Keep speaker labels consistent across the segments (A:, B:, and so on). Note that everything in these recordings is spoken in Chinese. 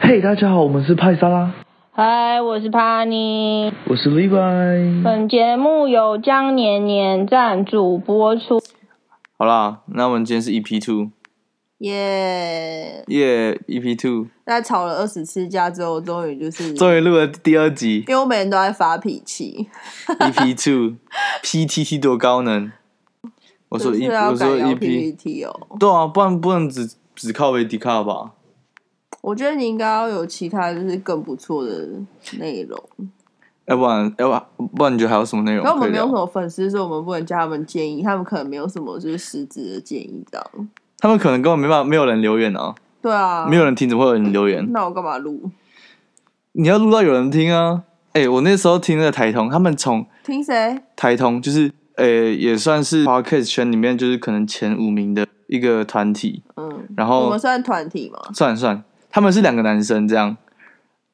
A: 嘿、大家好，我们是派莎拉，
B: 嗨，我是帕尼。
A: 我是 Levi。
B: 本节目由江年年赞助播出。
C: 好啦，那我们今天是 EP two，
D: 耶、
C: 耶、EP two，
D: 那吵了二十次架之后，我终于就是，因
C: 终于录了第二集 ，E
D: 为我每天都在发脾气，
C: EP two，PTT 多高能？我说
D: 是不
C: E，
D: 是要
C: 我
D: 改
C: 说
D: 聊
C: EP，
D: PPT 哦。
C: 对啊，不然不能只只靠维迪卡吧？
D: 我觉得你应该要有其他就是更不错的内容，
C: 要不然要不然不然你觉得还有什么内容
D: 可我
C: 可
D: 们
C: 以
D: 没有什
C: 聊？
D: 么粉丝，所以我们不能叫他们建议，他们可能没有什么就是实质的建议这样。
C: 他们可能根本没办法，没有人留言啊，
D: 对啊，
C: 没有人听，怎么会有人留言？
D: 那我干嘛录？
C: 你要录到有人听啊！哎、我那时候听那个台通，他们从
D: 听谁？
C: 台通就是呃、也算是 podcast 圈里面就是可能前五名的一个团体，
D: 嗯，
C: 然
D: 我
C: 后
D: 们算团体嘛？
C: 算了算了，他们是两个男生这样。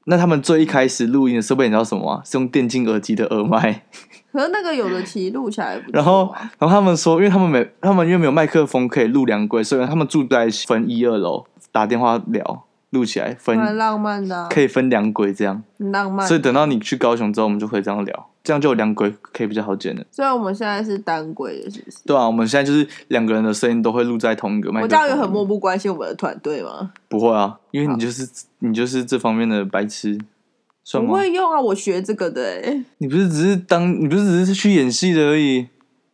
C: 那他们最一开始录音的设备你知道什么吗？是用电竞耳机的耳麦。
D: 可是那个有的其实录起来不错啊、
C: 然后，然后他们说，因为他们没，他们因为没有麦克风可以录两轨，所以他们住在分一二楼，打电话聊，录起来
D: 蛮
C: 分
D: 浪漫的、啊，
C: 可以分两轨这样。
D: 很浪漫。
C: 所以等到你去高雄之后，我们就可以这样聊，这样就有两轨可以比较好剪了。
D: 虽然我们现在是单轨的，是不是？
C: 对啊，我们现在就是两个人的声音都会录在同一个麦
D: 我
C: 克
D: 这
C: 风。
D: 样有很漠不关心我们的团队吗？
C: 不会啊，因为你就是你就是这方面的白痴，算
D: 不
C: 吗？
D: 会用啊，我学这个的哎、
C: 你不是只是当你不是只是去演戏的而已，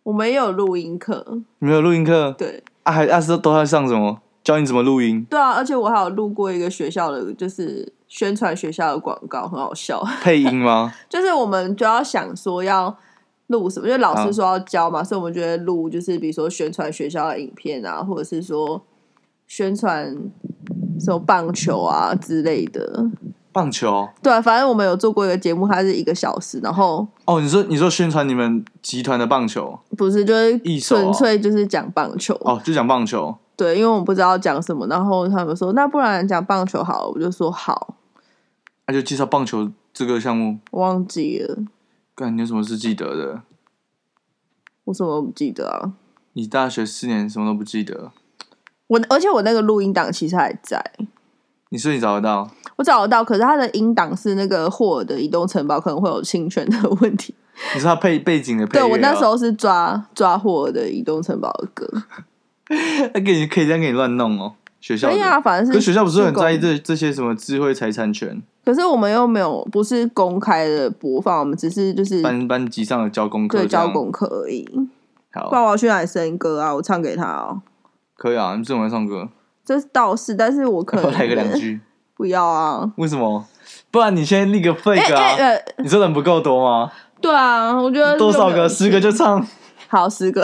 D: 我们也有录音课，
C: 你没有录音课
D: 对
C: 啊？还啊是都在上什么？教你怎么录音？
D: 对啊，而且我还有录过一个学校的，就是宣传学校的广告，很好笑。
C: 配音吗？
D: 就是我们就要想说要录什么，因为老
C: 嗯
D: 师说要教嘛，所以我们就会录，就是比如说宣传学校的影片啊，或者是说宣传什么棒球啊之类的。
C: 棒球？
D: 对啊，反正我们有做过一个节目，它是一个小时，然后
C: 哦，你说你说宣传你们集团的棒球
D: 不是就是
C: 一手啊
D: 纯粹就是讲棒球
C: 哦，就讲棒球，
D: 对，因为我们不知道讲什么，然后他们说那不然讲棒球好了，我就说好，
C: 那、啊就介绍棒球这个项目。
D: 我忘记了，
C: 干，你有什么是记得的？
D: 我什么都不记得啊。
C: 你大学四年什么都不记得，
D: 我而且我那个录音档其实还在，
C: 你说你找得到？
D: 我找得到，可是它的音档是那个霍尔的移动城堡可能会有侵权的问题。
C: 你说他配背景的配
D: 对
C: 乐、啊？
D: 我那时候是抓抓霍尔的移动城堡的歌，
C: 他给你可以这样给你乱弄哦，学校
D: 可
C: 的
D: 以啊，反 正
C: 可
D: 是
C: 是学校不是很在意
D: 公，
C: 这这些什么智慧财产权？
D: 可是我们又没有不是公开的播放，我们只是就是
C: 班班级上的交功课
D: 对
C: 这样，
D: 教功课而已。
C: 好
D: 不，然我要去哪里生歌啊？我唱给他哦。
C: 可以啊，你这种人唱歌，
D: 这倒是，但是我可
C: 我
D: 能
C: 来个两句，
D: 不要啊！
C: 为什么？不然你先立个 flag 啊？
D: 哎呃，
C: 你说人不够多 吗？
D: 对啊，我觉得
C: 多少
D: 有
C: 个？十个就唱？
D: 好十个，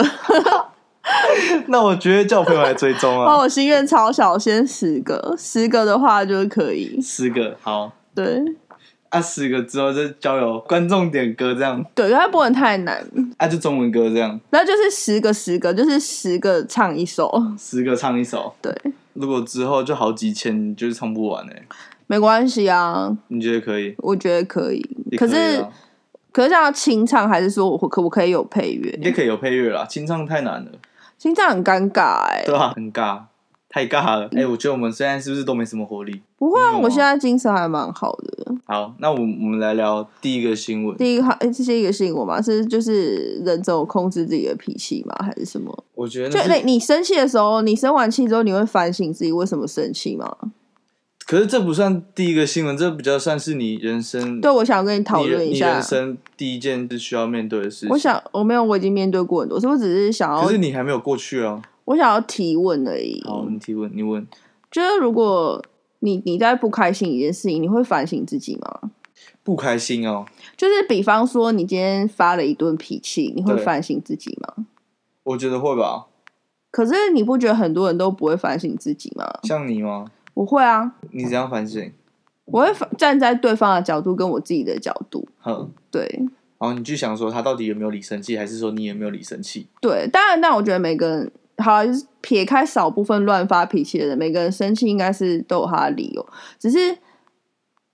C: 那我绝对叫我朋友来追踪
D: 把
C: 啊！
D: 我心愿超小，先十个，十个的话就是可以。
C: 十个好，
D: 对
C: 啊，十个之后再交由观众点歌这样，
D: 对，它不能太难，
C: 啊，就中文歌这样，
D: 然后就是十个十个，就是十个唱一首，
C: 十个唱一首。
D: 对，
C: 如果之后就好几千，你就是唱不完哎、
D: 没关系啊，
C: 你觉得可以？
D: 我觉得可以。
C: 也
D: 可
C: 以
D: 是
C: 啊
D: 可是这样清唱，还是说我可不可以有配
C: 应
D: 乐？
C: 该可以有配乐啦，清唱太难了。
D: 清唱很尴尬哎、
C: 对啊，很尬，太尬了。哎、我觉得我们现在是不是都没什么活力？
D: 不会
C: 没
D: 啊，
C: 有啊
D: 我现在精神还蛮好的。
C: 好，那我们我们来聊第一个新闻。
D: 第一个，哎，这是一个吸引我吗？是就是人总有控制自己的脾气吗？还是什么？
C: 我觉
D: 就哎
C: 得那
D: 你
C: 是，
D: 你生气的时候，你生完气之后，你会反省自己为什么生气吗？
C: 可是这不算第一个新闻，这比较算是你人生
D: 对，我想跟你讨
C: 你人
D: 论一
C: 你
D: 下
C: 人。生第一件是需要面对的事情。
D: 我，想哦我没有，我已经面对过很多次，我只是想要
C: 可是你还没有过去啊。
D: 我想要提问而已。
C: 好，你提问，你问。
D: 就是如果你你在不开心一件事情，你会反省自己吗？
C: 不开心哦，
D: 就是比方说你今天发了一顿脾气，你会
C: 对
D: 反省自己吗？
C: 我觉得会吧。
D: 可是你不觉得很多人都不会反省自己吗？
C: 像你吗？
D: 我会啊，
C: 你怎样反省？
D: 我会反站在对方的角度跟我自己的角度，
C: 哼，
D: 对
C: 然后你去想说他到底有没有理生气，还是说你有没有理生气？
D: 对。当然，但我觉得每个人，好啊，就是撇开少部分乱发脾气的人，每个人生气应该是都有他的理由。只是，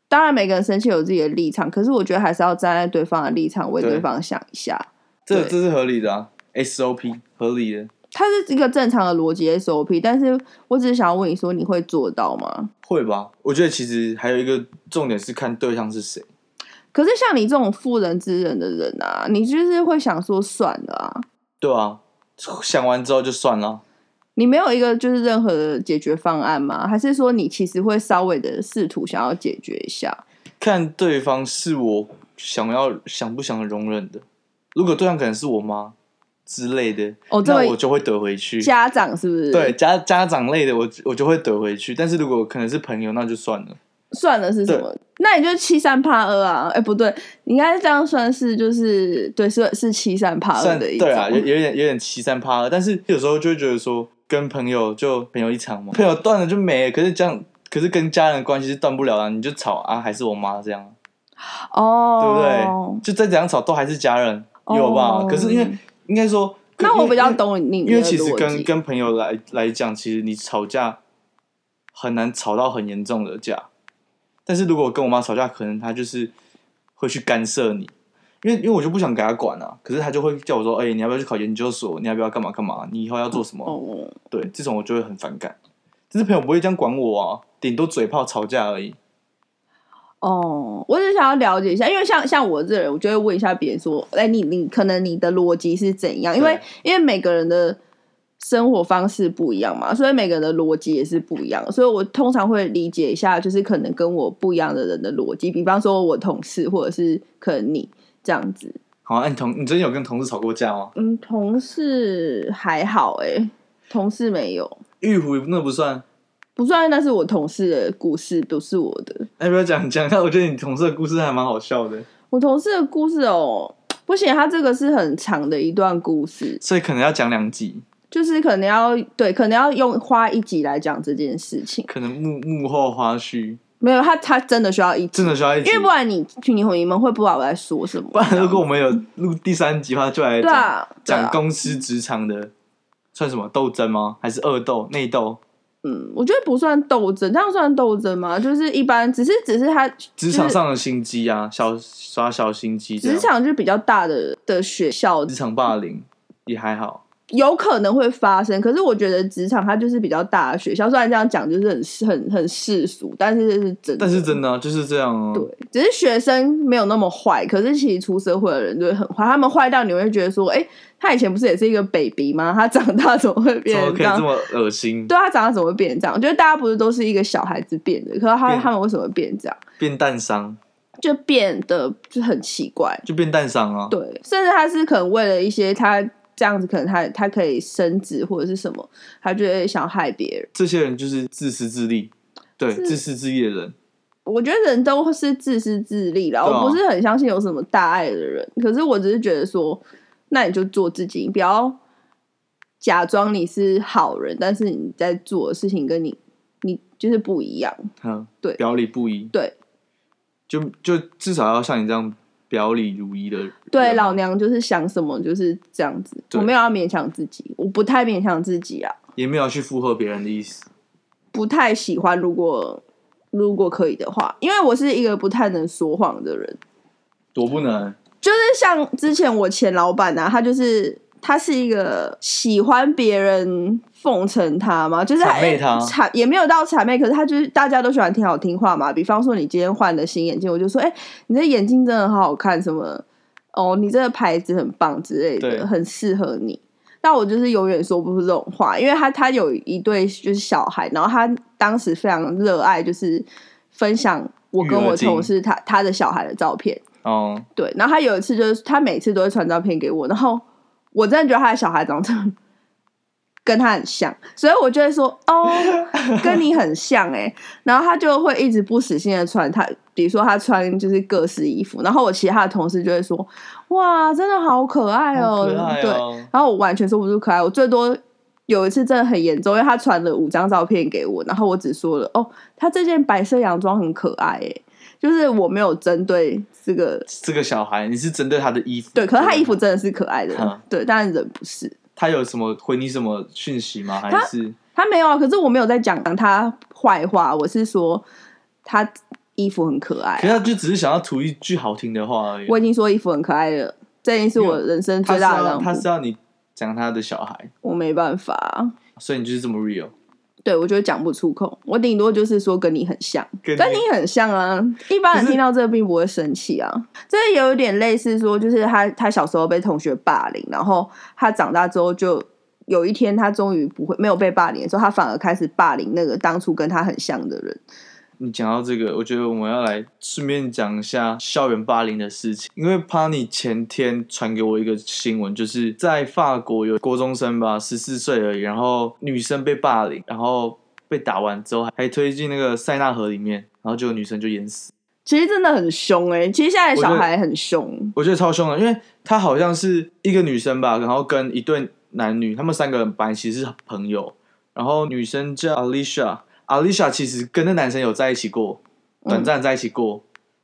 D: 当然每个人生气有自己的立场，可是我觉得还是要站在对方的立场为
C: 对
D: 对方想一下。
C: 这
D: 对
C: 这是合理的啊，SOP 合理的。
D: 它是一个正常的逻辑 SOP，但是我只是想要问你说，你会做到吗？
C: 会吧？我觉得其实还有一个重点是看对象是谁。
D: 可是像你这种妇人之仁的人啊，你就是会想说算了啊，
C: 对啊，想完之后就算了。
D: 你没有一个就是任何的解决方案吗？还是说你其实会稍微的试图想要解决一下？
C: 看对方是我想要想不想容忍的。如果对象可能是我妈之类的，
D: 哦这
C: 那
D: 位
C: 我就会怼回去。
D: 家长是不是？
C: 对，家家长类的我，我就会怼回去。但是如果可能是朋友，那就算了。
D: 算了是什么？那你就七三八二啊？哎、不对，你应该这样算是就是对是是七三八二
C: 算
D: 的一种。
C: 对啊，有有点有点欺三怕二，但是有时候就会觉得说，跟朋友就朋友一场嘛，朋友断了就没了。可是这样，可是跟家人的关系是断不了啊，你就吵啊，还是我妈这样，对不对
D: 哦，？
C: 就再怎样吵，都还是家人，有吧？
D: 哦
C: 可是因为应该说，
D: 那我比较
C: 因为
D: 懂你你的
C: 因为其实
D: 逻
C: 跟
D: 辑
C: 跟朋友来来讲，其实你吵架很难吵到很严重的架。但是如果我跟我妈吵架，可能她就是会去干涉你，因为因为我就不想给她管啊。可是她就会叫我说：“哎、你要不要去考研究所？你要不要干嘛干嘛？你以后要做什么？”
D: 哦，
C: 对，这种我就会很反感。但是朋友不会这样管我啊，顶多嘴炮吵架而已。
D: 哦，我只想要了解一下，因为像像我这人，我就会问一下别人说，哎、你你可能你的逻辑是怎样？因为
C: 对
D: 因为每个人的生活方式不一样嘛，所以每个人的逻辑也是不一样，所以我通常会理解一下，就是可能跟我不一样的人的逻辑，比方说我同事或者是可能你这样子。
C: 好、啊，那你同你最近有跟同事吵过架吗？
D: 嗯，同事还好哎、同事没有，
C: 玉虎那不算。
D: 不算那是我同事的故事，不是我的。
C: 哎、不要讲讲，但我觉得你同事的故事还蛮好笑的，
D: 我同事的故事哦，不行，他这个是很长的一段故事，
C: 所以可能要讲两集。
D: 就是可能要对，可能要用花一集来讲这件事情。
C: 可能幕幕后花絮，
D: 没有，他他真的需要一集，
C: 真的需要一集。
D: 因为不然你去你你们会不知道我在说什么。
C: 不然如果我们有录第三集的话，就来
D: 对
C: 讲
D: 啊，对
C: 讲
D: 啊，
C: 公司职场的，算什么斗争吗？还是恶斗、内斗？
D: 嗯，我觉得不算斗争，这样算斗争吗？就是一般，只是只是他
C: 职场上的心机啊，小耍小心机这样，
D: 职场就是比较大的的学校
C: 职场霸凌也还好。
D: 有可能会发生，可是我觉得职场它就是比较大的学校，虽然这样讲就是很很很世俗，但是这是真的，
C: 但是真的啊、就是这样啊。
D: 对，只是学生没有那么坏，可是其实出社会的人就会很坏，他们坏到你会觉得说，哎、他以前不是也是一个 baby 吗？他长大怎么会变
C: 怎么可以
D: 成这
C: 这
D: 样？
C: 么恶心？
D: 对他啊长大怎么会变成这样？就是大家不是都是一个小孩子变的，可是他
C: 变
D: 他们为什么会变这样？
C: 变蛋伤
D: 就变得就很奇怪。
C: 就变蛋伤啊。
D: 对，甚至他是可能为了一些他这样子，可能他他可以升职或者是什么，他就会想害别人。
C: 这些人就是自私自利，对，
D: 自
C: 自私自利的人。
D: 我觉得人都是自私自利啦，
C: 对啊
D: 我不是很相信有什么大爱的人，可是我只是觉得说，那你就做自己，你不要假装你是好人，但是你在做的事情跟你你就是不一样。
C: 嗯，
D: 对
C: 表里不一，
D: 对，
C: 就就至少要像你这样表里如一的人。
D: 对，老娘就是想什么就是这样子，我
C: 啊对
D: 没有要勉强自己，我不太勉强自己啊，
C: 也没有去附和别人的意思。
D: 不太喜欢，如果如果可以的话，因为我是一个不太能说谎的人。
C: 我不能，
D: 就是像之前我前老板啊，他就是他是一个喜欢别人奉承他嘛，就是
C: 谄媚他
D: 谄也没有到谄媚，可是他就是大家都喜欢听好听话嘛。比方说你今天换了新眼镜，我就说，哎、你这眼镜真的很好看，什么哦，你这个牌子很棒之类
C: 对
D: 的，很适合你。但我就是永远说不出这种话，因为他他有一对就是小孩，然后他当时非常热爱，就是分享我跟
C: 育儿
D: 我
C: 经
D: 同事他他的小孩的照片。
C: 哦，
D: 对，然后他有一次就是他每次都会传照片给我，然后我真的觉得他的小孩长得 跟他很像，所以我就会说哦，跟你很像哎、然后他就会一直不死心的穿他，比如说他穿就是各式衣服，然后我其他的同事就会说哇，真的好可爱哦，
C: 好可爱
D: 对，
C: 哦，
D: 然后我完全说不出可爱，我最多有一次真的很严重，因为他传了五张照片给我，然后我只说了哦，他这件白色洋装很可爱诶，就是我没有针对这个
C: 这个小孩，你是针对他的衣服？
D: 对，可是他衣服真的是可爱的，
C: 嗯
D: 对，但人不是。
C: 他有什么回你什么讯息吗？还是
D: 他没有啊，可是我没有在讲他坏话，我是说他衣服很可爱啊、
C: 可是他就只是想要吐一句好听的话而已。
D: 我已经说衣服很可爱了，这已经是我人生
C: 他
D: 最
C: 是啊
D: 大的
C: 要他
D: 让
C: 是
D: 步。
C: 要你讲他的小孩，
D: 我没办法，
C: 所以你就是这么 real。
D: 对我觉得讲不出口，我顶多就是说跟你很像，
C: 跟你
D: 跟你很像啊。一般人听到这并不会生气啊，这有一点类似说，就是他他小时候被同学霸凌，然后他长大之后就有一天他终于不会没有被霸凌的时候，他反而开始霸凌那个当初跟他很像的人。
C: 你讲到这个，我觉得我们要来顺便讲一下校园霸凌的事情，因为 Pani 前天传给我一个新闻，就是在法国有国中生吧，十四岁而已，然后女生被霸凌，然后被打完之后还推进那个塞纳河里面，然后结果女生就淹死。
D: 其实真的很凶哎、其实现在的小孩很凶，
C: 我觉得超凶的，因为她好像是一个女生吧，然后跟一对男女，他们三个人本来其实是朋友，然后女生叫 Alicia，Alicia 其实跟那男生有在一起过，短暂在一起过，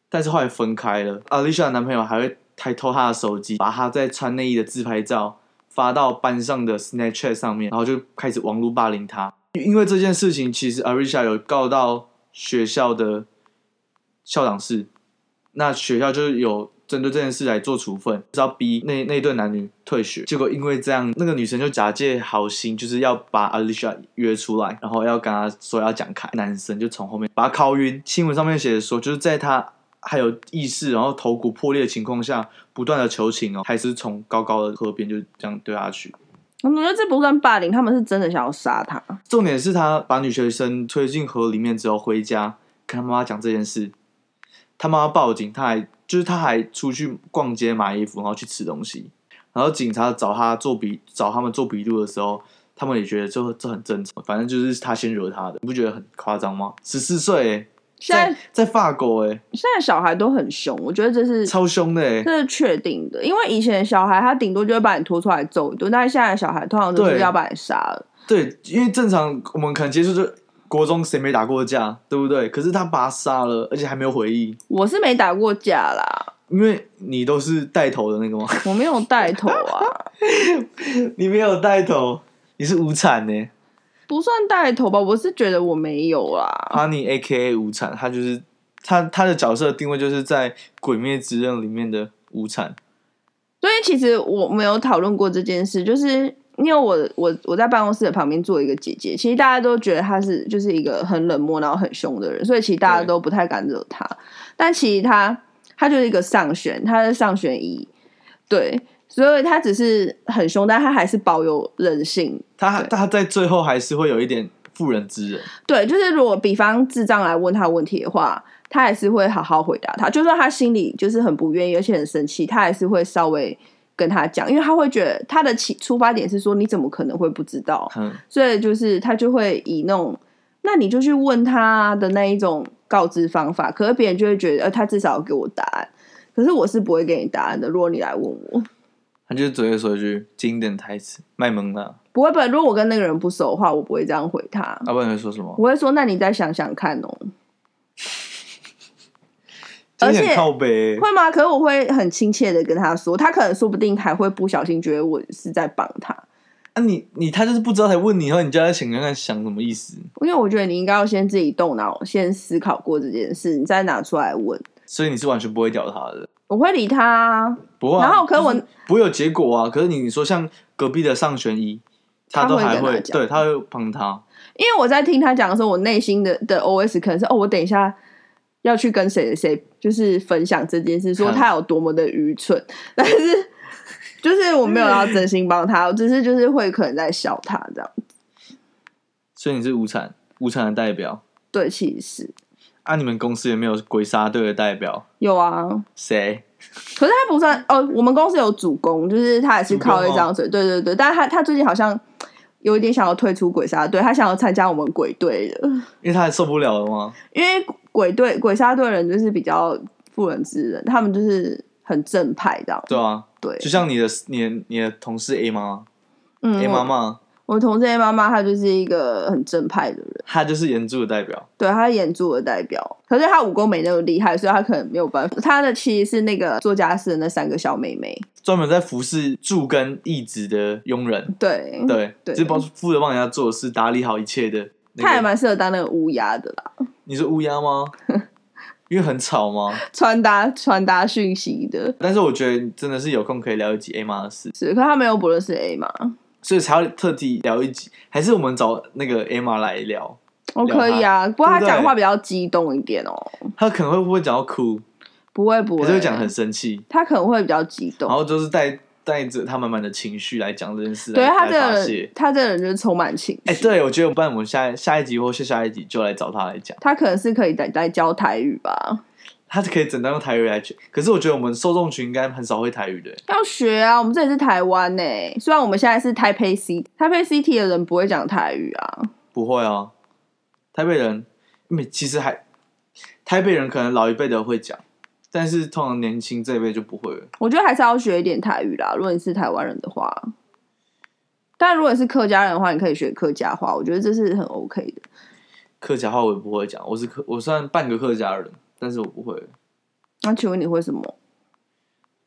C: 但是后来分开了。Alicia 的男朋友还会还偷她的手机，把她在穿内衣的自拍照发到班上的 Snapchat 上面，然后就开始网络霸凌她。因为这件事情，其实 Alicia 有告到学校的校长室，那学校就是有针对这件事来做处分，是要逼那那对男女退学。结果因为这样，那个女生就假借好心，就是要把 Alicia 约出来，然后要跟她说要讲开，男生就从后面把她敲晕。新闻上面写的说，就是在她还有意识，然后头骨破裂的情况下，不断的求情哦，还是从高高的河边就这样对下去。
D: 我觉得这不算霸凌，他们是真的想要杀他。
C: 重点是他把女学生推进河里面之后回家，跟他妈妈讲这件事，他妈妈报警，他还就是他还出去逛街买衣服，然后去吃东西，然后警察找他做笔找他们做笔录的时候，他们也觉得这这很正常，反正就是他先惹他的，你不觉得很夸张吗？十四岁欸，
D: 现在
C: 在在法国哎、
D: 现在小孩都很凶，我觉得这是
C: 超凶的哎、
D: 这是确定的，因为以前的小孩他顶多就会把你拖出来揍一顿，但是现在的小孩通常都是
C: 对
D: 要把你杀了。
C: 对，因为正常我们可能接触就国中谁没打过架，对不对？可是他把他杀了，而且还没有回忆，
D: 我是没打过架啦，
C: 因为你都是带头的那个吗？
D: 我没有带头啊，
C: 你没有带头，你是无产呢、
D: 不算带头吧，我是觉得我没有啦。
C: 哈尼 A K A 无产，他就是他他的角色定位就是在《鬼灭之刃》里面的无产。
D: 所以其实我没有讨论过这件事，就是因为我我我在办公室的旁边坐一个姐姐，其实大家都觉得她是就是一个很冷漠然后很凶的人，所以其实大家
C: 对
D: 都不太敢惹她。但其实她她就是一个上选，她是上选一，对，所以她只是很凶，但她还是保有人性。
C: 他
D: 对
C: 他在最后还是会有一点妇人之仁，
D: 对，就是如果比方智障来问他问题的话，他还是会好好回答他。就算他心里就是很不愿意，而且很生气，他还是会稍微跟他讲，因为他会觉得他的起出发点是说你怎么可能会不知道，
C: 很
D: 所以就是他就会以那种那你就去问他啊的那一种告知方法，可是别人就会觉得呃他至少要给我答案，可是我是不会给你答案的。如果你来问我，
C: 他就只会说一句经典台词：“卖萌了。
D: 不会不会，如果我跟那个人不熟的话，我不会这样回他”，
C: 要不然你会说什么？
D: 我会说那你再想想看 哦。
C: 经
D: 而且
C: 典靠北欸、
D: 会吗？可是我会很亲切的跟他说，他可能说不定还会不小心觉得我是在帮他，
C: 啊你你他就是不知道才问你，然后你就在想看看想什么意思。
D: 因为我觉得你应该要先自己动脑，先思考过这件事，你再拿出来问。
C: 所以你是完全不会屌他的，
D: 我会理他啊，
C: 不会啊、
D: 然后可我
C: 就是不会有结果啊。可是你说像隔壁的上玄一，他
D: 他
C: 都
D: 会
C: 还
D: 跟他
C: 会，
D: 讲
C: 对，他会帮他。
D: 因为我在听他讲的时候，我内心的的 OS 可能是哦，我等一下要去跟谁谁就是分享这件事，说
C: 嗯
D: 他有多么的愚蠢， 但是就是我没有要真心帮他，我只是就是会可能在笑他这样。
C: 所以你是无产无产的代表
D: 对，其实
C: 啊？你们公司有没有鬼杀队的代表？
D: 有啊，
C: 谁？
D: 可是他不算哦，我们公司有主攻，就是他也是靠一张嘴，对对对，但是他他最近好像有一点想要退出鬼杀队，他想要参加我们鬼队的，
C: 因为他还受不了了吗？
D: 因为鬼队鬼杀队的人就是比较妇人之仁，他们就是很正派这样，
C: 对啊，
D: 对，
C: 就像你的你的你的同事 A 妈
D: 嗯，
C: ，A 妈
D: 我
C: 妈，
D: 我同事 A 妈妈她就是一个很正派的人，
C: 她就是原著的代表。
D: 对她是演著的代表，可是她武功没那么厉害，所以她可能没有办法。她的其实是那个做家事的那三个小妹妹，
C: 专门在服侍助跟义职的佣人，
D: 对，
C: 对，
D: 嗯对
C: 就是帮负责帮人家做事，打理好一切的、那
D: 她也
C: 个。
D: 蛮适合当那个乌鸦的啦。
C: 你是乌鸦吗？因为很吵嘛。
D: 传达传达讯息的。
C: 但是我觉得真的是有空可以聊一集 A 妈的事，
D: 是，可他没有不认识 A 嘛？
C: 所以才要特地聊一集，还是我们找那个 A 妈来聊，
D: 我
C: 聊
D: 可以啊，不过他
C: 对不对
D: 讲话比较激动一点哦、
C: 她可能会不会讲到哭，
D: 不会不
C: 可
D: 会，
C: 是会讲得很生气，
D: 他可能会比较激
C: 然
D: 动。
C: 后就是带带着她满满的情绪来讲这件事，
D: 对
C: 来
D: 他
C: 来
D: 这个
C: 发
D: 人
C: 泄，。
D: 他这个人就是充满情绪。
C: 哎、对，我觉得，不然我们下下一集或下下一集就来找她来讲。
D: 他可能是可以来来教台语吧，
C: 他是可以整段用台语来讲，可是我觉得我们受众群应该很少会台语的。
D: 要学啊！我们这里是台湾呢、虽然我们现在是台北 C 台北 CT 的人不会讲台语啊，
C: 不会啊，台北人，没其实还台北人可能老一辈的会讲，但是通常年轻这一辈就不会了。
D: 我觉得还是要学一点台语啦。如果你是台湾人的话，但如果你是客家人的话，你可以学客家话，我觉得这是很 OK 的。
C: 客家话我也不会讲，我是客，我算半个客家人，但是我不会，
D: 那请问你会什么？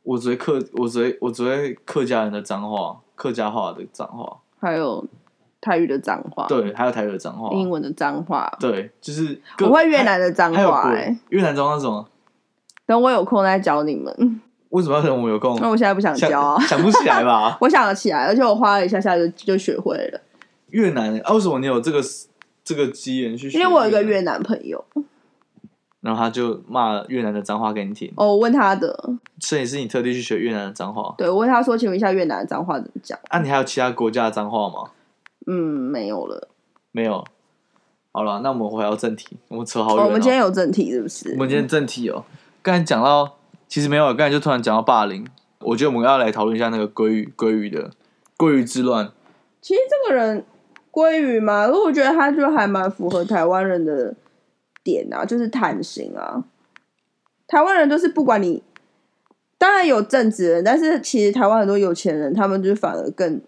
C: 我只会客，我只会我只会客家人的脏话，客家话的脏话，
D: 还有台语的脏话，，
C: 对，还有台语的脏话，
D: 英文的脏话，
C: 对，就是各
D: 我会越南的脏
C: 还还有
D: 话、
C: 国
D: 欸。
C: 越南脏话是什么？
D: 等我有空再教你们。
C: 为什么要等我有空？
D: 那我现在不想教啊，
C: 想不起来吧？
D: 我想得起来，而且我花了一下下就就学会了，
C: 越南啊？为什么你有这个这个机缘去学
D: 因
C: 南？
D: 为我有一个越南朋友，
C: 然后他就骂越南的脏话给你听，
D: 哦，我问他的，
C: 所以是你特地去学越南的脏话
D: 对我问他说，请问一下越南的脏话怎么讲？
C: 啊？你还有其他国家的脏话吗？
D: 嗯，没有了。
C: 没有。好了，那我们回到正题，我们扯好远、
D: 哦
C: 哦。
D: 我们今天有正题是不是
C: 我？们今天正题哦，刚才讲到，其实没有，刚才就突然讲到霸凌，我觉得我们要来讨论一下那个鲑鱼鲑鱼的鲑鱼之乱。
D: 其实这个人鲑鱼嘛，因为我觉得他就还蛮符合台湾人的点啊，就是贪心啊。台湾人就是不管你，当然有正直人，但是其实台湾很多有钱人，他们就是反而更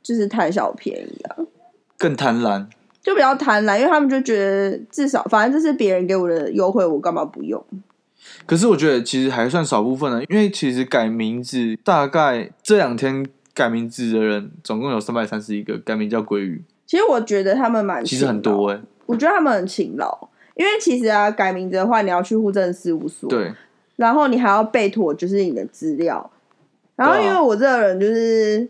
D: 就是贪小便宜啊，
C: 更贪婪，
D: 就比较贪婪，因为他们就觉得至少反正这是别人给我的优惠，我干嘛不用？
C: 可是我觉得其实还算少部分的，因为其实改名字大概这两天改名字的人总共有三百三十一个，改名叫鲑鱼，
D: 其实我觉得他们蛮
C: 其实很
D: 勤劳
C: 多哎、
D: 我觉得他们很勤劳，因为其实啊，改名字的话，你要去户政事务所，，
C: 对，
D: 然后你还要备妥就是你的资料，然后
C: 对啊
D: 因为我这个人就是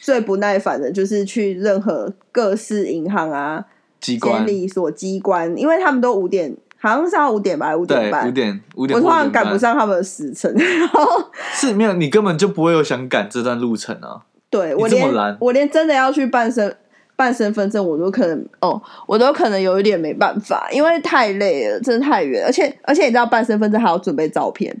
D: 最不耐烦的，就是去任何各式银行啊、
C: 机
D: 监
C: 关
D: 理所、机关，因为他们都五点，好像是要五点吧，五点
C: 对
D: 半，
C: 五点五点
D: 我
C: 或
D: 通
C: 五
D: 常
C: 点
D: 赶不
C: 半
D: 上他们的时辰， 然后
C: 是没有，你根本就不会有想赶这段路程啊。
D: 对
C: 你
D: 我
C: 这么
D: 连
C: 懒
D: 我连真的要去办身办身份证，我都可能哦，我都可能有一点没办法，因为太累了，真的太远，而且而且你知道办身份证还要准备照片，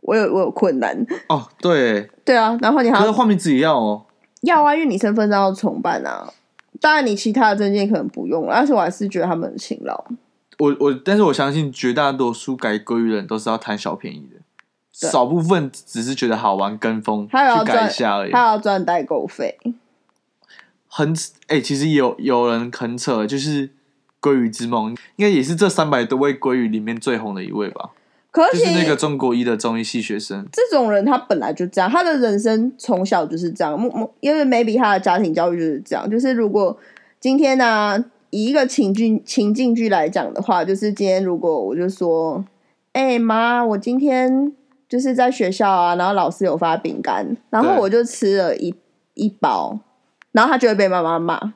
D: 我有我有困难，
C: 哦，对，
D: 对啊，然后你还
C: 可是
D: 要
C: 换名字也要哦。
D: 要啊，因为你身份证要重办啊，当然你其他的证件可能不用了，但是我还是觉得他们很勤劳，
C: 我我，但是我相信绝大多数改规矩的人都是要贪小便宜的，
D: 对
C: 少部分只是觉得好玩跟风去
D: 还有要
C: 改
D: 赚
C: 一下而已
D: 他。要赚代购费，
C: 很哎、其实有有人很扯，就是《鲑鱼之梦》，应该也是这三百多位鲑鱼里面最红的一位吧，
D: 可
C: 就
D: 且
C: 是那个中国一的中医系学生。
D: 这种人他本来就这样，他的人生从小就是这样。嗯嗯因为 maybe 他的家庭教育就是这样，就是如果今天呢、以一个情境情境剧来讲的话，就是今天如果我就说，哎、妈，我今天就是在学校啊，然后老师有发饼干，然后
C: 对
D: 我就吃了一一包，然后他就会被妈妈骂，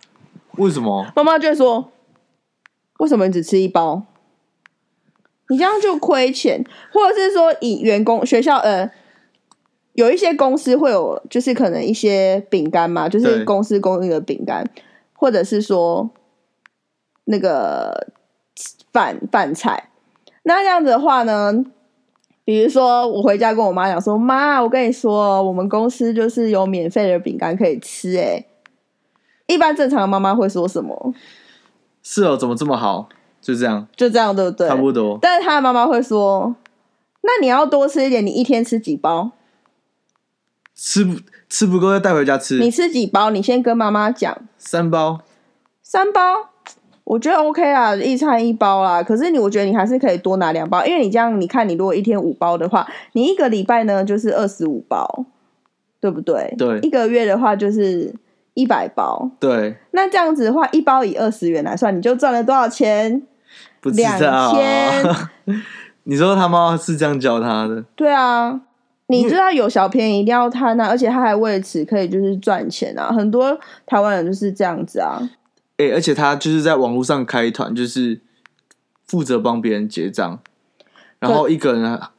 C: 为什么？
D: 妈妈就会说：“为什么你只吃一包？你这样就亏钱，或者是说以员工学校呃，有一些公司会有就是可能一些饼干嘛，就是
C: 对
D: 公司供应的饼干，或者是说那个饭饭菜。那这样子的话呢，比如说，我回家跟我妈讲说：“妈，我跟你说，哦我们公司就是有免费的饼干可以吃。”哎，一般正常的妈妈会说什么？
C: 是哦，怎么这么好？就这样，
D: 就这样，对不对？
C: 差不多。
D: 但是他的妈妈会说：“那你要多吃一点，你一天吃几包？
C: 吃不吃不够再带回家吃
D: 你，吃几包？你先跟妈妈讲，
C: 三包。
D: 三包，我觉得 OK 啦，一餐一包啦。可是你，我觉得你还是可以多拿两包，因为你这样，你看你如果一天五包的话，你一个礼拜呢就是二十五包，对不对？
C: 对
D: 一个月的话就是一百包。”
C: 对，
D: 那这样子的话，一包以二十元来算，你就赚了多少钱？
C: 不知
B: 两
C: 道
B: 千。
C: 你说他妈是这样教他的？
D: 对啊，你知道有小便宜一定要贪啊，而且他还为此可以就是赚钱啊，很多台湾人就是这样子啊。
C: 哎、而且他就是在网络上开团，就是负责帮别人结账，然后一个人啊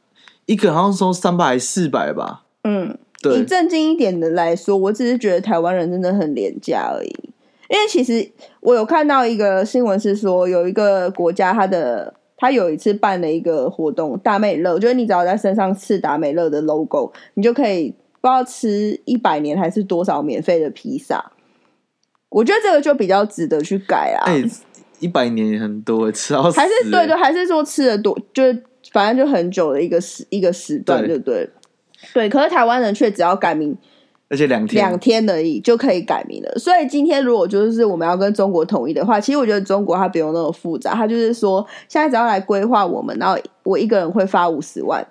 C: 一个人好像收三百四百吧？
D: 嗯，以
C: 对，
D: 正经一点的来说，我只是觉得台湾人真的很廉价而已。因为其实我有看到一个新闻是说，有一个国家它的它有一次办了一个活动，达美乐，就是你只要在身上刺达美乐的 logo，你就可以不知道吃一百年还是多少免费的披萨。我觉得这个就比较值得去改啊。
C: 哎、一百年也很多，吃到死、
D: 还是对对，
C: 哎
D: 还是说吃的多，就是反正就很久的一个时一个时段，
C: 对
D: 对不对？对，可是台湾人却只要改名
C: 而且两天，
D: 两天而已就可以改名了。所以今天如果就是我们要跟中国统一的话，其实我觉得中国它不用那么复杂，它就是说现在只要来规划我们，然后我一个人会发五十万，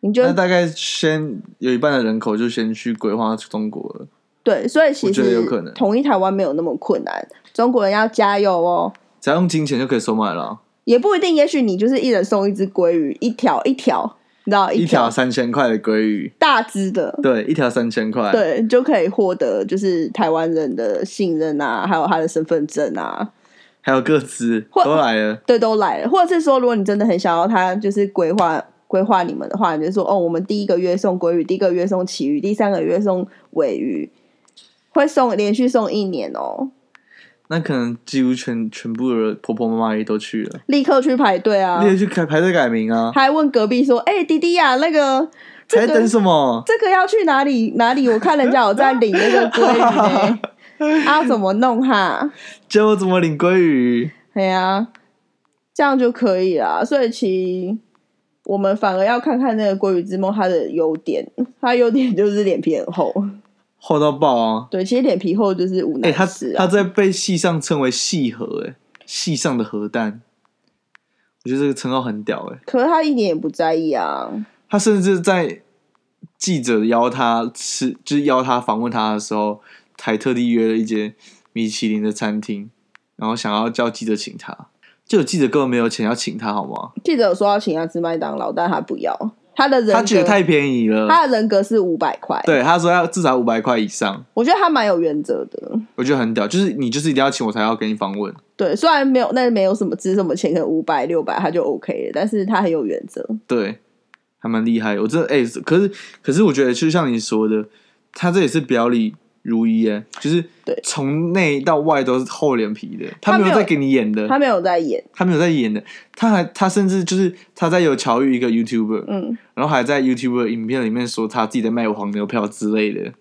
D: 你就
C: 那大概先有一半的人口就先去规划中国了。
D: 对。所以其
C: 我觉得有可
D: 实
C: 能
D: 统一台湾没有那么困难，中国人要加油哦。
C: 只要用金钱就可以收买了啊，
D: 也不一定，也许你就是一人送一只鲑鱼，一条一条，你知道
C: 一条
D: 条
C: 三千块的鲑鱼，
D: 大只的，
C: 对，一条三千块，，
D: 对，就可以获得就是台湾人的信任啊，还有他的身份证啊，
C: 还有各自
D: 或
C: 都来了，
D: 对，都来了。或者是说，如果你真的很想要他就是规划规划你们的话，你就说哦，我们第一个月送鲑鱼，第一个月送旗鱼，第三个月送尾鱼，会送连续送一年哦，
C: 那可能几乎全全部的婆婆妈妈也都去了，
D: 立刻去排队啊
C: 你，也去排排队改名啊，
D: 还问隔壁说，哎、弟弟呀、那个这
C: 还
D: 个
C: 在等什么？
D: 这个要去哪里哪里？我看人家有在领那个鲑鱼呢，啊，怎么弄哈？
C: 教我怎么领鲑鱼？
D: 哎呀、这样就可以啦。所以其实我们反而要看看那个《鲑鱼之梦》它的优点，它优点就是脸皮很厚。
C: 厚到爆啊！
D: 对，其实脸皮厚就是无
C: 哎、
D: 奈
C: 他
D: 事啊。
C: 他在被戏上称为“戏核”哎，戏上的核弹，我觉得这个称号很屌哎、
D: 可是他一点也不在意啊。
C: 他甚至在记者邀他吃，就是邀他访问他的时候，还特地约了一间米其林的餐厅，然后想要叫记者请他，就有记者根本没有钱要请他，好吗？
D: 记者有说要请他吃麦当劳，但他不要。他的人格，
C: 他觉得太便宜了。
D: 他的人格是五百块。，
C: 对，他说要至少五百块以上，
D: 我觉得他蛮有原则的。
C: 我觉得很屌。就是你就是一定要请我才要给你访问，
D: 对，虽然没有那没有什么值什么钱，可能五百六百他就 OK 了，但是他很有原则。
C: 对，还蛮厉害的。我真的哎、可是可是我觉得就像你说的，他这也是表里如一哎，就是
D: 对
C: 从内到外都是厚脸皮的，他
D: 他
C: 没
D: 没
C: 有
D: 有
C: 在给你演的，
D: 他没有在演，
C: 他没有在演的，他还他甚至就是他在有巧遇一个 YouTuber，
D: 嗯，
C: 然后还在 YouTuber 影片里面说他自己在卖黄牛票之类的，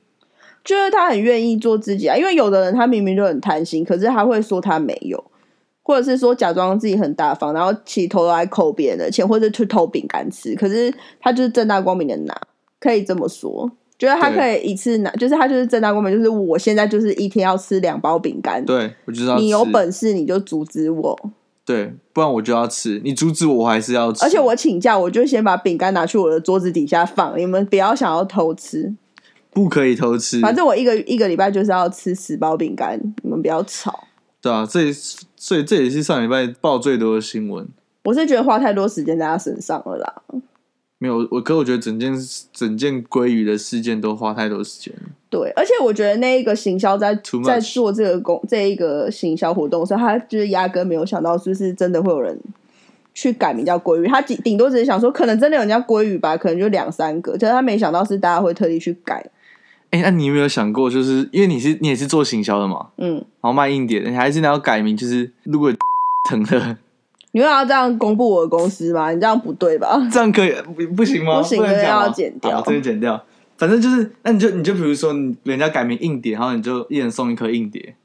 D: 就是他很愿意做自己啊。因为有的人他明明就很贪心，可是他会说他没有，或者是说假装自己很大方，然后其实偷偷来扣别人的钱，或者去偷饼干吃。可是他就是正大光明的拿，可以这么说。觉得他
C: 对
D: 可以一次拿，就是他就是正大光明，就是我现在就是一天要吃两包饼干，
C: 对我就知道
D: 你有，本事你就阻止我，
C: 对，不然我就要吃，你阻止我，我还是要吃，
D: 而且我请假我就先把饼干拿去我的桌子底下放，你们不要想要偷吃，
C: 不可以偷吃，
D: 反正我一个一个礼拜就是要吃十包饼干，你们不要吵。
C: 对啊，这也是所以这也是上礼拜报最多的新闻，
D: 我是觉得花太多时间在他身上了啦。
C: 没有我，可我觉得整件整件鲑鱼的事件都花太多时间了，
D: 对，而且我觉得那一个行销在
C: Too much
D: 在做这个工这一个行销活动的时候，他就是压根没有想到，就是真的会有人去改名叫鲑鱼。他顶顶多只是想说，可能真的有人叫鲑鱼吧，可能就两三个，但是他没想到是大家会特地去改。
C: 哎，那你有没有想过，就是因为你是你也是做行销的嘛，
D: 嗯，
C: 然后卖硬点，你还是要改名，就是如果 疼了。
D: 你们要这样公布我的公司吗？你这样不对吧？
C: 这样可以不不行吗？
D: 不行
C: 能
D: 这个
C: 讲吗
D: 要剪掉
C: 好这个剪掉。反正就是，那你就你就比如说，你人家改名硬碟，然后你就一人送一颗硬碟，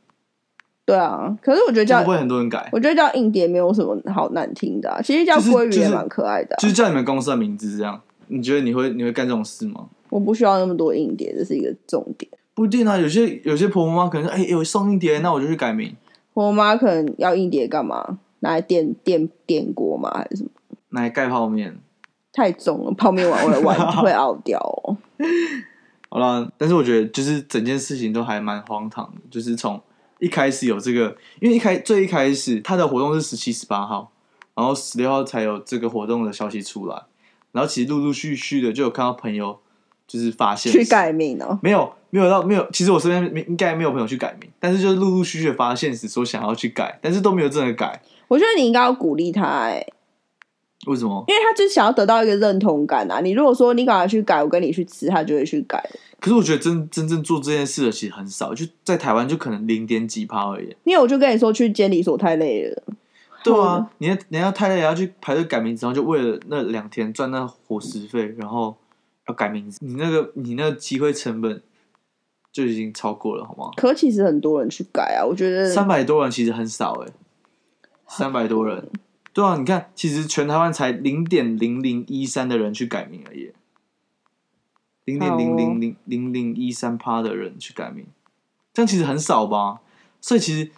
D: 对啊，可是我觉得
C: 这
D: 叫
C: 样会不会很多人改？
D: 我觉得叫硬碟没有什么好难听的、啊，其实叫
C: 就是
D: 鲑鱼
C: 就
D: 也
C: 是
D: 蛮可爱的啊、
C: 就是叫你们公司的名字这样，你觉得你会你会干这种事吗？
D: 我不需要那么多硬碟，这是一个重点。
C: 不一定啊，有些有些婆婆妈可能说，哎、有送硬碟，那我就去改名，
D: 我妈可能要硬碟干嘛？拿来电电电锅吗？还是什么？
C: 拿来盖泡面。
D: 太重了，泡面碗会碗 会凹掉哦。
C: 好啦，但是我觉得就是整件事情都还蛮荒唐的，就是从一开始有这个，因为一开最一开始他的活动是十七、十八号，然后十六号才有这个活动的消息出来，然后其实陆陆续续的就有看到朋友就是发现
D: 去改名哦、
C: 没有没有到没有，其实我身边没应该没有朋友去改名，但是就是陆陆续续地发现时说想要去改，但是都没有真的改，
D: 我觉得你应该要鼓励他、哎，
C: 为什么？
D: 因为他就是想要得到一个认同感啊。你如果说你赶快去改，我跟你去吃，他就会去改。
C: 可是我觉得真真正做这件事的其实很少，就在台湾就可能零点几趴而已。
D: 因为我就跟你说去监理所太累了，
C: 对啊，你要你要太累，也要去排队改名字，然后就为了那两天赚那伙食费，然后要改名字，你那个你那个机会成本就已经超过了，好吗？
D: 可其实很多人去改啊。我觉得
C: 三百多人其实很少哎、三百多人，对啊，你看，其实全台湾才零点零零一三的人去改名而已，零点零零零零零一三趴的人去改名，这样其实很少吧？所以其实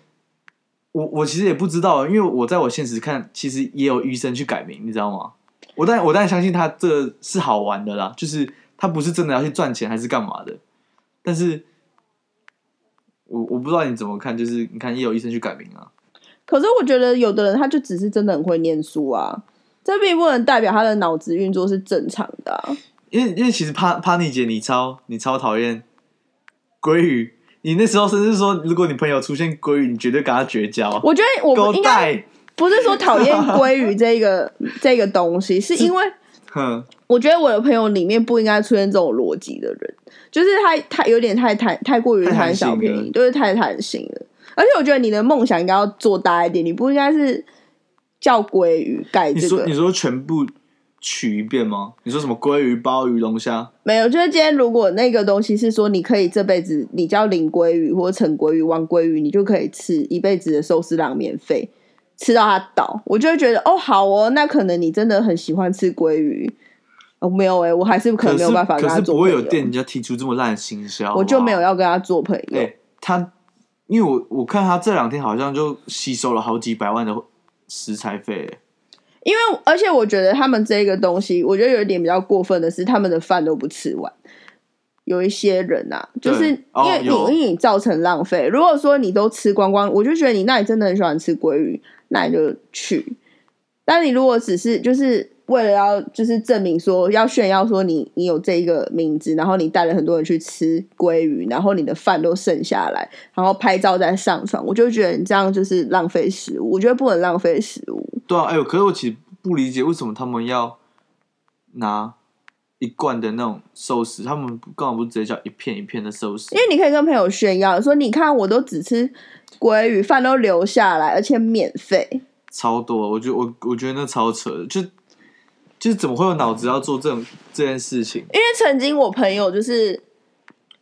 C: 我我其实也不知道，因为我在我现实看，其实也有医生去改名，你知道吗？我但我当然相信他这是好玩的啦，就是他不是真的要去赚钱还是干嘛的，但是我我不知道你怎么看，就是你看也有医生去改名啊。
D: 可是我觉得有的人他就只是真的很会念书啊，这并不能代表他的脑子运作是正常的啊、
C: 因为因为其实帕帕尼姐你超你超讨厌鲑鱼，你那时候甚至说，如果你朋友出现鲑鱼，你绝对跟他绝交。
D: 我觉得我
C: 狗
D: 们应该
C: 带，
D: 不是说讨厌鲑鱼 这个这个东西，是因为
C: 哼，
D: 我觉得我的朋友里面不应该出现这种逻辑的人，就是他他有点太贪太过于
C: 太
D: 贪
C: 贪心
D: 小便
C: 了
D: 宜，就是太贪心了。而且我觉得你的梦想应该要做大一点，你不应该是叫鲑鱼盖
C: 你
D: 这
C: 说
D: 个
C: 你。说全部取一遍吗？你说什么鲑鱼、鲍鱼、龙虾？
D: 没有，就是今天如果那个东西是说你可以这辈子你叫林鲑鱼或者陈鲑鱼、王鲑鱼，你就可以吃一辈子的寿司郎免费，吃到它倒，我就会觉得哦好哦，那可能你真的很喜欢吃鲑鱼。哦，没有哎、我还是可能
C: 可
D: 没
C: 是
D: 有办法跟
C: 可
D: 他
C: 是
D: 做
C: 不
D: 朋
C: 会
D: 友
C: 有，店家提出这么烂的行销，
D: 我就没有
C: 好
D: 要跟他做朋
C: 不好。
D: 友。
C: 哎，他因为我我看他这两天好像就吸收了好几百万的食材费。哎
D: 因为而且我觉得他们这个东西，我觉得有一点比较过分的是，他们的饭都不吃完。有一些人啊，就是因
C: 对哦
D: 为你、
C: 有
D: 因为你造成浪费。如果说你都吃光光，我就觉得你那你真的很喜欢吃鲑鱼，那你就去。但你如果只是就是为了要就是证明说要炫耀说你你有这一个名字，然后你带了很多人去吃鲑鱼，然后你的饭都剩下来，然后拍照再上传，我就觉得你这样就是浪费食物。我觉得不能浪费食物。
C: 对啊，哎、呦，可是我其实不理解为什么他们要拿一罐的那种寿司，他们干嘛不直接叫一片一片的寿司
D: 因？为你可以跟朋友炫耀说：“你看，我都只吃鲑鱼，饭都留下来，而且免费。
C: 超多，啊我觉得我我觉得那超扯的，就就是怎么会有脑子要做这种这件事情”？
D: 因为曾经我朋友就是，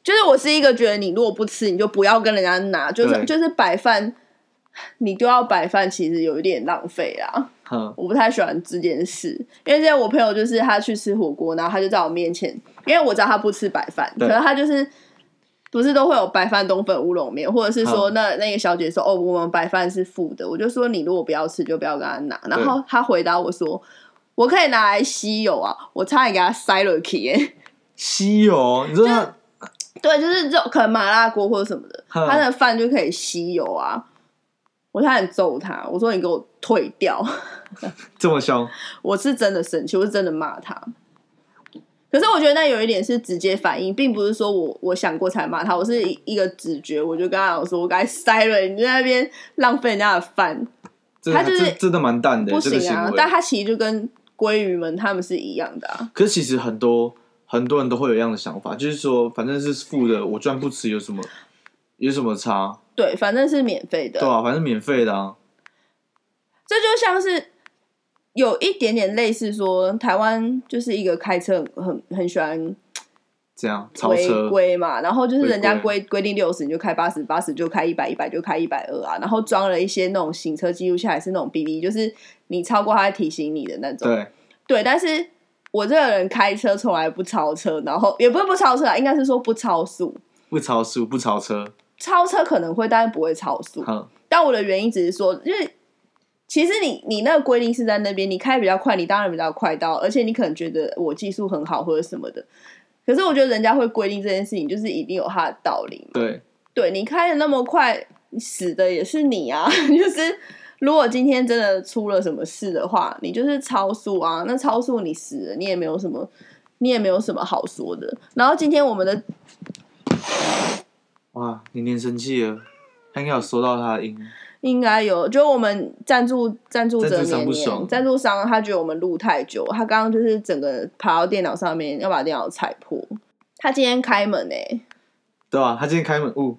D: 就是我是一个觉得你如果不吃，你就不要跟人家拿，就是
C: 对
D: 就是摆饭，你丢到摆饭，其实有一点浪费啊啦。
C: 哼，
D: 我不太喜欢这件事，因为现在我朋友就是他去吃火锅，然后他就在我面前，因为我知道他不吃白饭，可
C: 对
D: 是他就是不是都会有白饭、冬粉、乌龙面，或者是说
C: 嗯
D: 那那个小姐说哦，我们白饭是附的，我就说你如果不要吃就不要跟他拿，然后他回答我说我可以拿来吸油啊，我差点给他塞了去耶，
C: 稀有哦，你知道他
D: 对，就是这种可能麻辣锅或者什么的，
C: 嗯
D: 他的饭就可以吸油啊，我差点揍他，我说你给我退掉。
C: 这么凶？
D: 我是真的生气，我是真的骂他。可是我觉得那有一点是直接反应，并不是说我我想过才骂他，我是一一个直觉，我就跟他讲说，我该塞了，你在那边浪费人家的饭，
C: 这
D: 他就是
C: 这真的蛮淡的，
D: 不
C: 这个
D: 行
C: 行
D: 啊！
C: 为。
D: 但他其实就跟鲑鱼们他们是一样的啊，
C: 可是其实很多很多人都会有一样的想法，就是说反正是付的，我赚不吃有什么有什么差？
D: 对，反正是免费的，
C: 对啊，反正免费的啊。
D: 这就像是有一点点类似说，台湾就是一个开车很很很喜欢
C: 这样超
D: 违
C: 车，
D: 规嘛，然后就是人家
C: 违规
D: 规规定六十你就开八十，八十就开一百，一百就开一百二啊，然后装了一些那种行车记录器，还是那种 BB，就是你超过它会提醒你的那种。
C: 对，
D: 对但是我这个人开车从来不超车，然后也不是不超车啊，应该是说不超速，
C: 不超速，不超车，
D: 超车可能会，但是不会超速。
C: 哼，
D: 但我的原因只是说，因为其实你你那个规定是在那边，你开比较快，你当然比较快到，而且你可能觉得我技术很好或者什么的。可是我觉得人家会规定这件事情，就是一定有它的道理嘛。
C: 对，
D: 对你开的那么快，死的也是你啊！ 就是如果今天真的出了什么事的话，你就是超速啊，那超速你死了，你也没有什么，你也没有什么好说的。然后今天我们的
C: 哇，年年生气了，他应该有收到他的音，
D: 应该有，就我们赞助赞助者
C: 赞助商
D: 年
C: 不爽
D: 年赞助商，他觉得我们录太久，他刚刚就是整个爬到电脑上面要把电脑踩破。他今天开门欸诶、
C: 对吧、他今天开门，哦，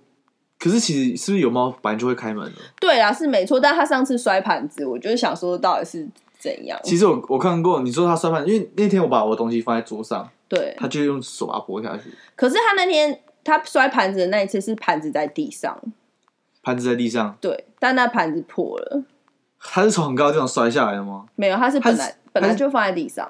C: 可是其实是不是有猫本来就会开门的？
D: 对啦，是没错，但他上次摔盘子，我就是想说到底是怎样？
C: 其实我我看过，你说他摔盘，因为那天我把我东西放在桌上，
D: 对，
C: 他就用手把它拨下去，
D: 可是他那天他摔盘子的那一次是盘子在地上，
C: 盘子在地上，
D: 对，但那盘子破了，
C: 他是从很高的地方摔下来的吗？
D: 没有，他是本
C: 他
D: 来
C: 是
D: 本来
C: 他是
D: 就放在地上，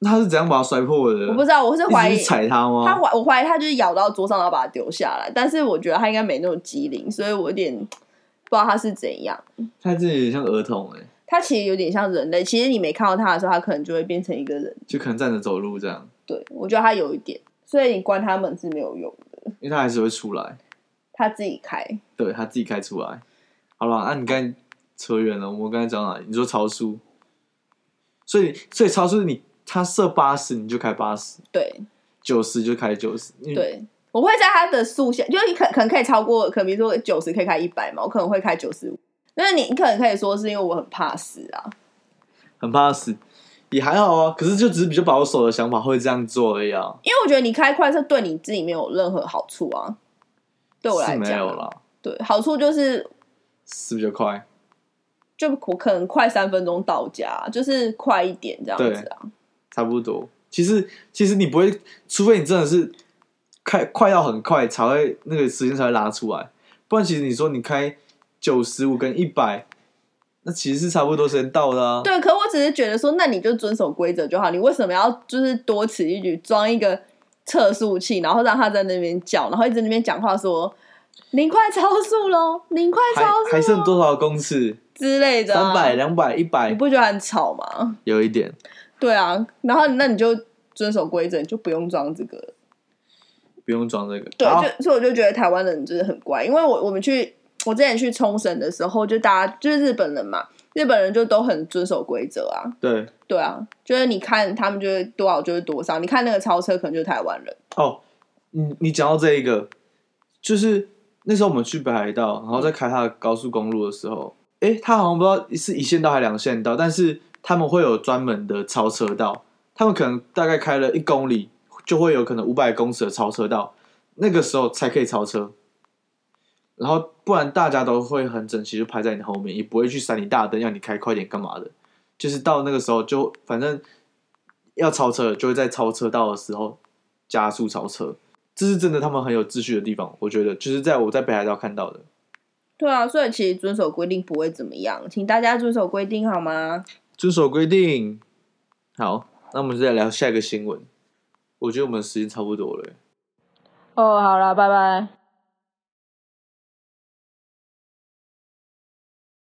C: 那他是怎样把它摔破的？
D: 我不知道，我是怀
C: 一
D: 疑
C: 直去踩他
D: 他
C: 吗？
D: 怀我怀疑他就是咬到桌上，然后把它丢下来，但是我觉得他应该没那种机灵，所以我有点不知道他是怎样。
C: 他这有点像儿童哎、
D: 他其实有点像人类，其实你没看到他的时候，他可能就会变成一个人。
C: 就可能站着走路这样，
D: 对我觉得他有一点，所以你关他门是没有用的，
C: 因为他还是会出来，
D: 他自己开。
C: 对他自己开出来。好了，那、你刚才扯远了，我们刚才讲哪里？你说超速，所以所以超速你他设八十你就开八十，
D: 对
C: 九十就开九十，因为
D: 对，我会在他的速限，就是你可可能可以超过，可能比如说九十可以开一百嘛，我可能会开九十五。那你你可能可以说是因为我很怕死啊，
C: 很怕死，也还好啊。可是就只是比较保守的想法会这样做而已啊。
D: 因为我觉得你开快车对你自己没有任何好处啊。对我来
C: 是没
D: 讲
C: 有
D: 啊，
C: 啦，
D: 对好处就是
C: 是比较快。
D: 就我可能快三分钟到家，就是快一点这样子啊。
C: 差不多。其实其实你不会，除非你真的是开快到很快才会那个时间才会拉出来，不然其实你说你开九十五跟一百，那其实是差不多时间到的啊。
D: 对，可我只是觉得说，那你就遵守规则就好，你为什么要就是多此一举装一个测速器，然后让他在那边叫，然后一直在那边讲话说您快超 速喽，您快超
C: 还
D: 速咯
C: 还剩多少公尺？
D: 之类的、
C: 三
D: 啊，
C: 百、两百、一
D: 你
C: 百，
D: 不觉得很吵吗？
C: 有一点。
D: 对啊，然后那你就遵守规则，你就不用装这个。
C: 不用装这个，
D: 对，
C: 好
D: 就所以我就觉得台湾人真的很乖，因为我我们去我之前去冲绳的时候，就大家就是日本人嘛，日本人就都很遵守规则啊。
C: 对
D: 对啊，就是你看他们就是多少就是多少，你看那个超车可能就是台湾人，
C: 哦。你你讲到这一个，就是那时候我们去北海道，然后在开它的高速公路的时候，诶，它好像不知道是一线道还是两线道，但是他们会有专门的超车道，他们可能大概开了一公里，就会有可能五百公尺的超车道，那个时候才可以超车。然后不然大家都会很整齐，就排在你后面，也不会去闪你大灯，让你开快点干嘛的。就是到那个时候就反正要超车，就会在超车道的时候加速超车。这是真的，他们很有秩序的地方，我觉得就是在我在北海道看到的。
D: 对啊，所以其实遵守规定不会怎么样，请大家遵守规定好吗？
C: 遵守规定。好，那我们再聊下一个新闻。我觉得我们时间差不多了。
B: 哦，好啦，拜拜。